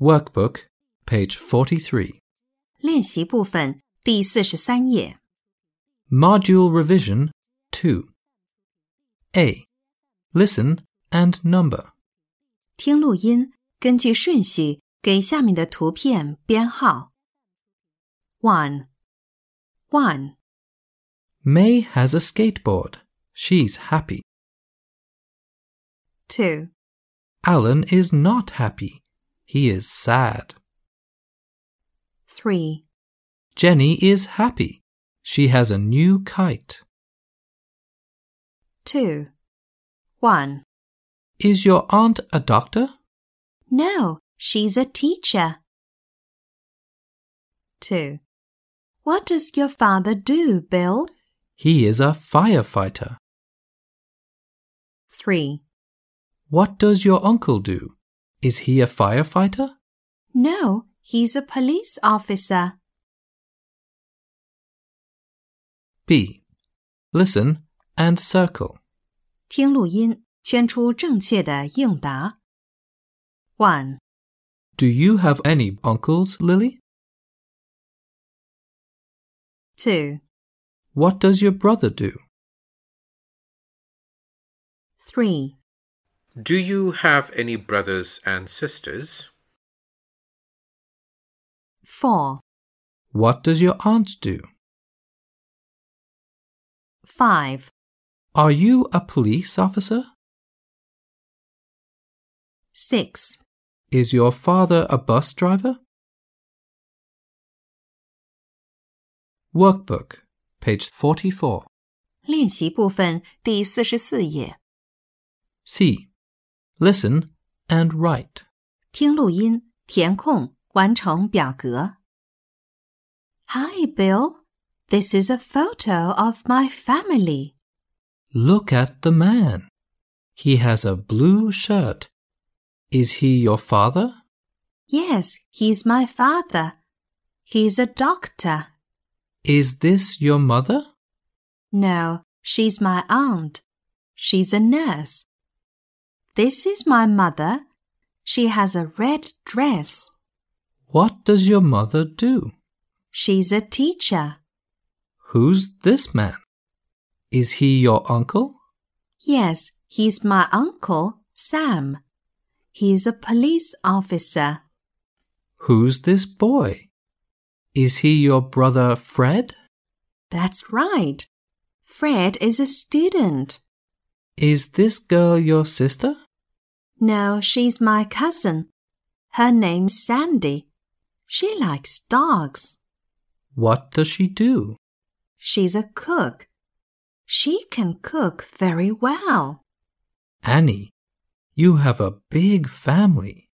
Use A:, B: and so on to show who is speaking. A: Workbook, page 43.
B: 练习部分第四十三页
A: Module Revision 2. A. Listen and number.
B: 听录音，根据顺序给下面的图片编号。One, one,
A: May has a skateboard. She's happy.
B: two,
A: Alan is not happy. He is sad.
B: three,
A: Jenny is happy. She has a new kite.
B: two, one.
A: Is your aunt a doctor?
B: No, she's a teacher. Two. What does your father do, Bill?
A: He is a firefighter.
B: Three.
A: What does your uncle do? Is he a firefighter?
B: No, he's a police officer.
A: B. Listen and circle.
B: 听录音，圈出正确的应答。One,
A: Do you have any uncles, Lily?
B: two,
A: What does your brother do?
B: three,
C: Do you have any brothers and sisters?
B: four,
A: What does your aunt do?
B: five,
A: Are you a police officer?
B: six,
A: Is your father a bus driver? Workbook, page 44.
B: 练习部分第四十四页，
A: C. Listen and write.
B: 听录音，填空，完成表格。Hi, Bill. This is a photo of my family.
A: Look at the man. He has a blue shirt. Is he your father?
B: Yes, he's my father. He's a doctor.
A: Is this your mother?
B: No, she's my aunt. She's a nurse. This is my mother. She has a red dress.
A: What does your mother do?
B: She's a teacher.
A: Who's this man? Is he your uncle?
B: Yes, he's my uncle, Sam. He's a police officer.
A: Who's this boy? Is he your brother Fred?
B: That's right. Fred is a student.
A: Is this girl your sister?
B: No, she's my cousin. Her name's Sandy. She likes dogs.
A: What does she do?
B: She's a cook. She can cook very well.
A: Annie, you have a big family.